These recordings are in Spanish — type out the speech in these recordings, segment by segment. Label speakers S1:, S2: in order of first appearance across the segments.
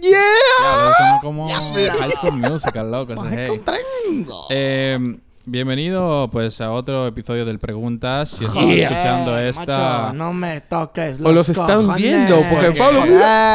S1: Yeah.
S2: Ya, eso suena como High School Musical, loco. ese
S1: Vas
S2: hey.
S1: encontrando.
S2: Eh, bienvenido pues a otro episodio del Preguntas. Si estás
S1: Yeah,
S2: escuchando
S1: macho,
S2: esta...
S1: no me toques.
S3: O los están
S1: cojones.
S3: viendo, porque Pablo, mira,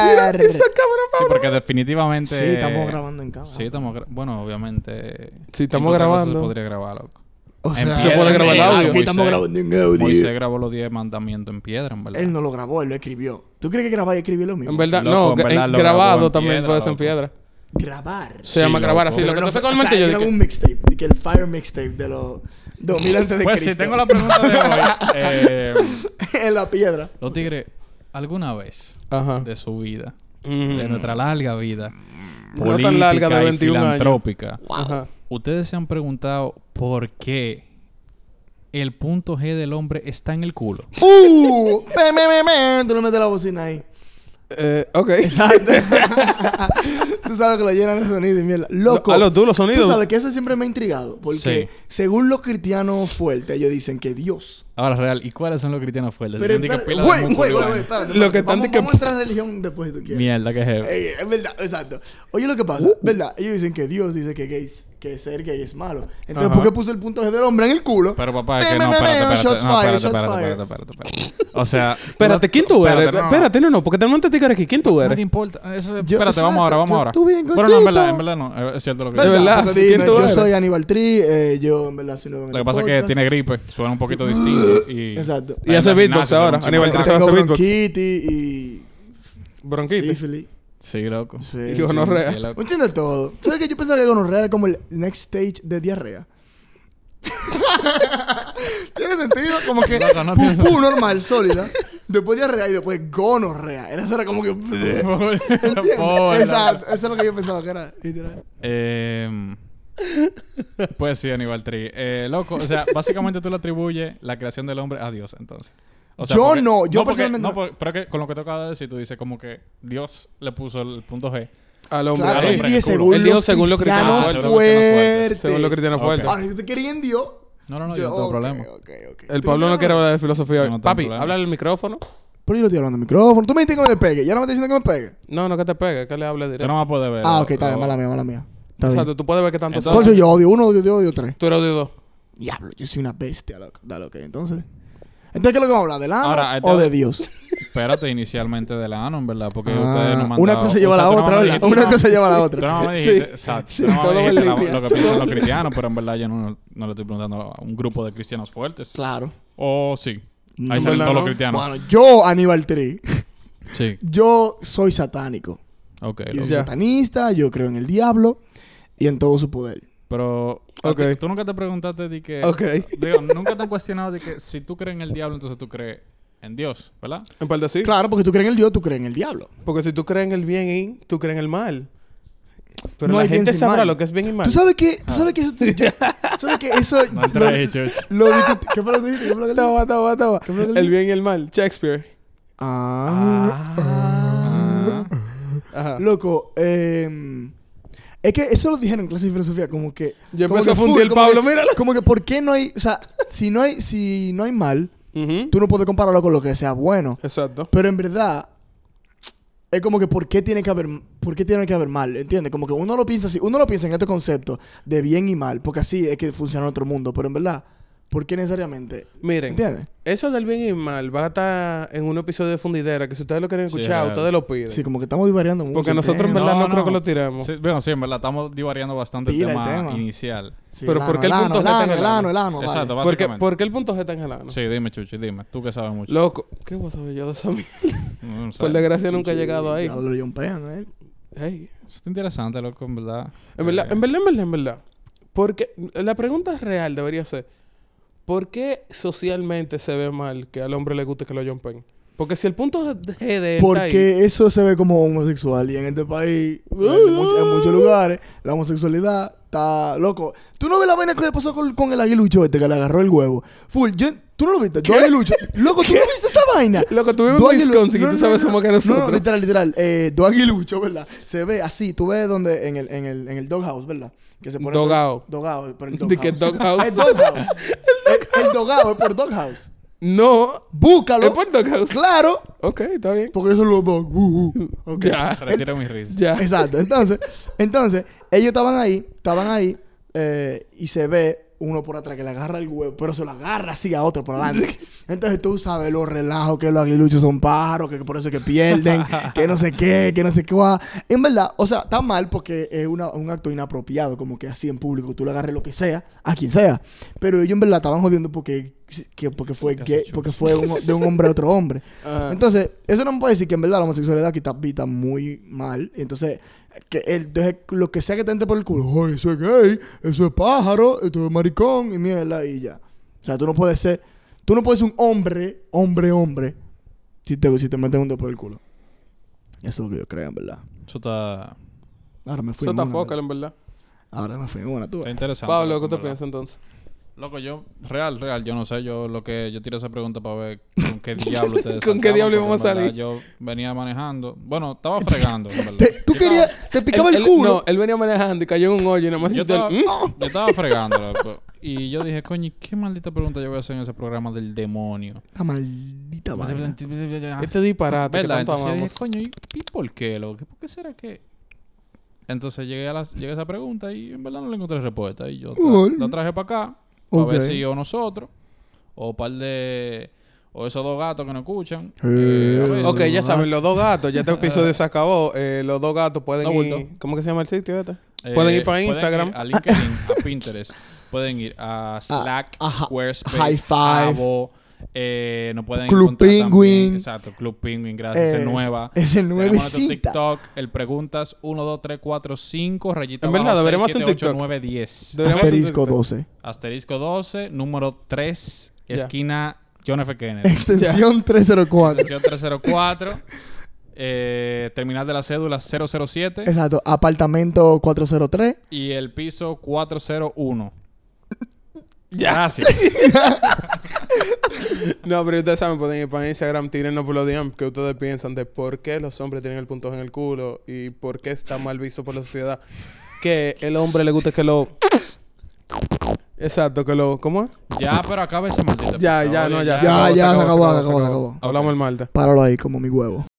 S3: mira,
S1: Joder.
S3: esta cámara,
S2: Sí,
S3: Pablo.
S2: porque definitivamente...
S1: Sí, estamos grabando en cámara.
S2: Sí, estamos... gra- Bueno, obviamente...
S3: Sí, estamos
S2: ¿qué otra cosa
S3: grabando.
S2: Se podría grabar, loco.
S1: O
S2: En
S1: sea,
S2: piedra,
S3: Se puede grabar
S2: en
S3: audio.
S2: piedra,
S3: Aquí
S1: estamos
S2: Moisés.
S1: grabando en audio.
S2: Moisés grabó los 10 mandamientos en piedra, en verdad.
S1: Él no lo grabó, él lo escribió. ¿Tú crees que grabar y escribir es lo mismo?
S3: En verdad,
S2: Loco,
S3: no,
S2: en
S3: gra-
S2: verdad
S3: en
S2: lo grabó
S3: grabado
S2: en
S3: también
S2: piedra,
S3: puede ser en
S2: loco.
S3: piedra.
S1: Grabar.
S3: Se
S2: Sí,
S3: llama grabar
S2: loco.
S3: así. Lo
S1: Pero
S3: que
S1: no-
S3: pasa
S1: o
S3: actualmente
S1: sea,
S3: yo
S1: grabó
S3: dije.
S1: un mixtape, de que el Fire mixtape de los 2000 antes de
S2: Pues
S1: Cristo.
S2: sí, tengo la pregunta de hoy. Eh,
S1: en la piedra.
S2: los tigres, ¿alguna vez
S3: Ajá.
S2: de su vida, de
S3: Mm.
S2: nuestra larga vida,
S3: No tan
S2: política
S3: larga, de
S2: y
S3: 21 años.
S2: filantrópica,
S3: Ajá.
S2: ustedes se han preguntado por qué el punto G del hombre está en el culo?
S1: ¡Uh! me, me, me, me. Tú no metes la bocina ahí.
S3: Eh, ok.
S1: Exacto. tú sabes que lo llenan de sonido y mierda. Loco.
S3: A los tú, los sonidos.
S1: Tú sabes que eso siempre me ha intrigado. Porque
S2: Sí.
S1: según los cristianos fuertes, ellos dicen que Dios.
S2: Ahora, real, ¿y cuáles son los cristianos fuertes?
S1: Pero
S2: Tienen que
S1: espera,
S2: pila
S1: güey,
S2: de
S1: güey,
S2: músculo
S1: güey,
S2: y
S1: güey,
S2: vaina.
S1: espérate.
S3: Lo que
S1: vamos,
S3: están de que-
S1: vamos a entrar en religión después si tú quieres.
S2: Mierda, que jefe.
S1: Ey, es eh, verdad, exacto. Oye lo que pasa,
S3: Uh.
S1: ¿verdad? Ellos dicen que Dios dice que gays, que ser gay es malo. Entonces,
S3: Ajá.
S1: ¿por qué puso el punto G del hombre en el culo?
S2: Pero papá, es que
S1: Me,
S2: no,
S1: me, me,
S2: espérate,
S1: me,
S2: espérate,
S1: shots
S2: no,
S1: fired,
S2: espérate,
S1: shots
S2: espérate,
S1: fired.
S2: espérate, espérate, espérate. O sea,
S3: Espérate, ¿quién tú eres?
S2: no.
S3: Espérate, no, no, porque tenemos este tigre aquí. ¿Quién tú
S2: No te
S3: eres?
S2: importa. Eso,
S1: Yo-
S2: espérate, vamos
S1: exacto,
S2: ahora, vamos
S1: yo
S2: ahora.
S1: estuve en
S2: Pero no, en verdad,
S1: cortito.
S2: en verdad no. Es cierto lo que
S1: ¿Verdad?
S3: De verdad,
S1: Porque
S3: ¿quién
S1: dime,
S3: tú
S1: yo
S3: eres?
S1: soy Aníbal Tri, eh, yo en verdad soy nuevo en
S2: Lo que
S1: este
S2: pasa es que
S1: podcast.
S2: tiene gripe, suena un poquito distinto y...
S1: Exacto.
S3: Y hace
S2: en el
S3: beatbox
S2: gimnasio,
S3: ahora,
S2: un
S3: a nivel
S2: chico-
S3: tres. se va a
S1: Tengo
S3: hacer beatbox.
S1: bronquitis y
S3: Bronquitis.
S1: sífilis.
S2: Sí, loco.
S1: Sí,
S3: Y
S1: sí.
S3: gonorrea.
S2: Sí, loco.
S1: Un chin de todo. ¿Sabes que yo pensaba que gonorrea era como el next stage de diarrea? tiene sentido, como que
S2: Loco, no tiene
S1: pupú normal, sólida. Después diarrea y después gonorrea. Era, eso era como que. ¿Entiendes?
S2: Pobre, loco.
S1: Exacto, eso es lo que yo pensaba que era, literal.
S2: Eh, pues sí, Aníbal Tri. Eh, loco, o sea, básicamente tú le atribuyes la creación del hombre a Dios, entonces. O sea,
S1: Yo no,
S2: porque-
S1: yo personalmente
S2: No,
S1: no.
S2: por- pero que con lo que te acabas de decir, tú dices como que Dios le puso el punto G.
S3: Al hombre.
S1: Claro,
S3: ahí.
S1: él
S2: hombre,
S1: dice,
S2: el culo.
S1: según,
S3: Él dijo
S1: los
S3: según los
S1: cristianos
S2: cristianos
S1: fuertes. Ah,
S2: fuertes.
S3: Según lo que tiene
S2: Ok.
S3: fuerte.
S1: Ahora, si tú querías en Dios.
S2: No, no, no, yo, no tengo
S1: ok,
S2: problema.
S1: ok, ok.
S3: El
S1: Tú
S3: Pablo no quiere hablar de filosofía
S2: Yo no
S3: hoy.
S2: tengo
S3: Papi,
S2: problema.
S3: habla el micrófono.
S1: Pero yo no estoy hablando al micrófono. Tú me dijiste que me pegue. Ya no me estás diciendo que me pegue.
S3: No, no, que te pegue, que le hable
S2: Tú
S3: directo.
S2: no vas a poder ver.
S1: Ah,
S2: lo-
S1: ok, está bien,
S2: lo-
S1: mala mía, mala mía. Está bien.
S3: Exacto, tú puedes ver que tanto
S2: Entonces-
S1: Por
S3: sabes.
S1: eso yo odio uno, odio dos, odio tres.
S3: Tú eres de dos.
S1: Diablo, yo soy una bestia, loco. Dale, ok, entonces. Entonces, ¿qué es lo que vamos a hablar? ¿Del ano
S2: Ahora,
S1: o
S2: entonces-
S1: de Dios?
S2: Espérate, inicialmente de la ano, en verdad, porque
S1: Ah,
S2: ustedes no mandaron.
S1: una cosa lleva a la otra, ¿verdad? Una cosa lleva a la
S2: Tú
S1: otra.
S2: no me
S3: Sí.
S2: dijiste, exacto.
S3: Sí,
S2: tú no me
S3: todo
S2: dijiste la-
S3: valentía.
S2: lo que piensan los cristianos, pero en verdad yo no, no le estoy preguntando a un grupo de cristianos fuertes.
S1: Claro.
S2: O sí.
S1: No,
S2: Ahí
S3: en
S2: salen
S3: verdad
S2: todos los
S3: no.
S2: cristianos.
S1: Bueno, yo, Aníbal Tri,
S2: Sí.
S1: yo soy satánico.
S2: Ok,
S1: Yo
S2: loco.
S1: soy
S3: Ya.
S1: satanista, yo creo en el diablo y en todo su poder.
S2: Pero
S3: Ok.
S2: ¿tú- tú nunca te preguntaste de que...
S3: Ok.
S2: Digo, nunca te han cuestionado de que si tú crees en el diablo, entonces tú crees en Dios, ¿verdad?
S3: En parte sí.
S1: Claro, porque tú crees en el Dios, tú crees en el diablo.
S3: Porque si tú crees en el bien y tú crees en el mal. Pero
S1: No
S3: la
S1: hay bien
S3: gente
S1: sin
S3: sabrá
S1: mal.
S3: lo que es bien y mal.
S1: ¿Tú sabes que, tú sabes que eso... te- yo- ¿Sabes que eso...
S2: No entra ahí, church.
S1: Lo, lo discuti- ¿Qué fue lo que tú dijiste? ¿Qué fue lo que tú dijiste?
S3: Estaba, estaba, estaba.
S1: ¿Qué fue lo que le
S3: El bien y el mal. Shakespeare.
S1: Ah.
S2: Ah.
S3: Ajá.
S1: Loco, eh, es que eso lo dijeron en clase de filosofía, como que.
S3: Ya
S1: como
S3: empezó
S1: que
S3: a fundir
S1: full,
S3: el
S1: como
S3: Pablo,
S1: que-
S3: míralo.
S1: Como que, ¿por qué no hay. O sea, si no hay, si no hay mal,
S3: Ujú.
S1: tú no puedes compararlo con lo que sea bueno.
S3: Exacto.
S1: Pero en verdad, es como que, ¿por qué tiene que haber, por qué tiene que haber mal? ¿Entiendes? Como que uno lo piensa así, uno lo piensa en este concepto de bien y mal, porque así es que funciona en otro mundo. Pero en verdad, ¿por qué necesariamente?
S3: Miren.
S1: ¿Entiendes?
S3: Eso del bien y mal va a estar en un episodio de Fundidera que si ustedes lo quieren
S2: Sí,
S3: escuchar,
S2: real.
S3: ustedes lo piden.
S1: Sí, como que estamos divariando mucho.
S3: Porque
S1: el
S3: nosotros en
S1: tema.
S3: verdad no, creo que lo tiremos.
S2: Sí, bueno, sí, en verdad estamos divariando bastante el
S1: Pila el
S2: tema,
S1: tema.
S2: inicial.
S1: Sí,
S3: pero
S1: el
S3: ¿por qué el
S1: ano,
S3: punto
S1: el
S3: está en
S1: ano,
S3: el
S1: el ano,
S3: ano?
S1: el ano, vale.
S2: Exacto,
S3: Porque-
S2: básicamente.
S3: ¿Por qué el punto G está en el ano?
S2: Sí, dime, Chuchi, dime. Tú que sabes mucho.
S3: Loco, ¿qué voy a saber yo de esa mierda?
S2: No, no
S3: Por
S2: sabes.
S3: desgracia nunca he llegado ahí.
S1: Ya lo yompean a él.
S3: Hey.
S2: Está interesante, loco, en verdad.
S3: En verdad,
S2: Eh,
S3: en verdad, en verdad, en verdad. Porque la pregunta real debería ser, ¿por qué socialmente se ve mal que al hombre le guste que lo jumpen? Porque si el punto G de él está ahí, Uh.
S1: Porque eso se ve como homosexual y en este país, en, mu- en muchos lugares, la homosexualidad está loco. ¿Tú no ves la vaina que le pasó con, con el aguilucho este que le agarró el huevo? Full, yo- ¿tú no lo viste? Dos aguiluchos. Loco, ¿tú no viste esa vaina?
S3: Loco, tú vives en
S1: Dos aguilu-
S3: Wisconsin y tú sabes cómo que nosotros.
S1: No, no, literal, literal. Eh, dos aguiluchos, ¿verdad? Se ve así, tú ves donde, en el, en el, en el doghouse, ¿verdad? Que se pone
S3: Dogao.
S1: Dogao, pero el
S3: De que
S1: doghouse.
S3: doghouse.
S1: Ah, es doghouse. el, el dogao es por doghouse.
S3: No.
S1: Búscalo.
S3: ¿Es portocas?
S1: Claro.
S3: Ok, está bien.
S1: Porque eso es los dos. Uh, uh, ok.
S3: Ya,
S2: Retiro mis risas.
S3: ya.
S1: Exacto. Entonces, entonces, ellos estaban ahí, estaban ahí, eh, y se ve uno por atrás que le agarra el huevo, pero se lo agarra así a otro por adelante. Entonces tú sabes los relajos que los aguiluchos son pájaros, que por eso es que pierden, que no sé qué, que no sé qué. va. En verdad, o sea, está mal porque es una- un acto inapropiado, como que así en público, tú le agarres lo que sea, a quien sea. Pero ellos en verdad estaban jodiendo porque, que- porque fue
S2: Porque
S1: gay-
S2: hace
S1: porque fue un- de un hombre a otro hombre.
S3: Ah,
S1: Entonces, eso no me puede decir que en verdad la homosexualidad aquí está vista muy mal. Entonces, que él, entonces, lo que sea que te entre por el culo, "Ay, eso es gay, eso es pájaro, esto es maricón y mierda y ya. O sea, tú no puedes ser, tú no puedes ser un hombre, hombre, hombre, si te, si te meten un dedo por el culo. Eso es lo que yo creo, en verdad.
S2: Eso está,
S1: Ahora me
S3: eso
S1: fui. en
S3: está
S1: una,
S3: focal, en verdad.
S1: Ahora me fui. en una, tú.
S2: está interesante.
S3: Pablo, ¿qué
S2: loco,
S3: usted
S2: en verdad.
S3: piensa entonces?
S2: Loco, yo, real, real, yo no sé, yo lo que, yo tiré esa pregunta para ver con qué diablo ustedes
S3: ¿Con qué
S2: saltaban,
S3: diablo
S2: porque
S3: íbamos
S2: en
S3: a salir?
S2: verdad Yo venía manejando, bueno, estaba fregando, en verdad.
S1: Te- tú
S2: Yo
S1: querías, te picaba el,
S3: Él- él-
S1: culo.
S3: No, él venía manejando y cayó en un hoyo y nada más
S2: Yo
S3: sintió el,
S2: estaba,
S3: "Mm".
S2: yo estaba fregando, loco. Y yo dije, coño, ¿y ¿qué maldita pregunta yo voy a hacer en ese programa del demonio?
S1: La maldita vaina.
S3: Este disparate que
S2: ¿Verdad?
S3: tanto
S2: Entonces yo dije,
S3: amamos.
S2: coño, ¿y, y por qué, loco? ¿Por qué será que...? Entonces llegué a, las- llegué a esa pregunta y en verdad no le encontré respuesta. Y yo tra-
S1: Cool.
S2: lo traje para acá, para ver
S1: Ok.
S2: si o nosotros, o par de... O esos dos gatos que no escuchan.
S1: Eh,
S2: eh, a ver
S3: Ok,
S2: si-
S1: Los
S3: ya
S1: gatos.
S3: saben, los dos gatos, ya este episodio se acabó. Eh, los dos gatos pueden
S2: No,
S3: ir.
S2: bulto.
S3: ¿Cómo que se llama el sitio este?
S2: eh,
S3: pueden ir para
S2: pueden
S3: Instagram.
S2: ir a LinkedIn, a Pinterest. Pueden ir a Slack,
S1: a Hi-
S2: Squarespace,
S1: Ah, High Five.
S2: Avo, eh, no pueden
S1: Club
S2: encontrar también-
S1: Penguin.
S2: exacto, Club Penguin, gracias. esa es
S1: Es-
S2: nueva.
S1: Eh, Es el
S2: Tenemos nuestro
S1: nuevecita.
S2: TikTok, el preguntas 1, 2, 3, 4, 5, rayita
S3: En verdad,
S2: abajo,
S3: deberíamos
S2: 6, 7,
S3: hacer
S2: 8,
S3: TikTok.
S2: 9, 10.
S3: Deberíamos-
S1: Asterisco 12.
S2: Asterisco 12, número 3,
S3: Ya.
S2: esquina John F. Kennedy.
S1: Extensión 304.
S2: Sección 304, eh, terminal de la cédula 007
S1: Exacto, apartamento 403.
S2: y el piso 401.
S3: Ya.
S2: Gracias.
S3: No, pero ustedes saben, pueden ir para Instagram, tírenos por los DM, que ustedes piensan de por qué los hombres tienen el punto en el culo y por qué está mal visto por la sociedad que el hombre le guste que lo... Exacto, que lo... ¿Cómo es?
S2: ya, pero acaba ese maldito
S3: Ya,
S2: episodio,
S3: ya, no, ya.
S1: Ya, ya, se acabó, se acabó, se acabó.
S3: Hablamos el martes.
S1: Páralo ahí como mi huevo.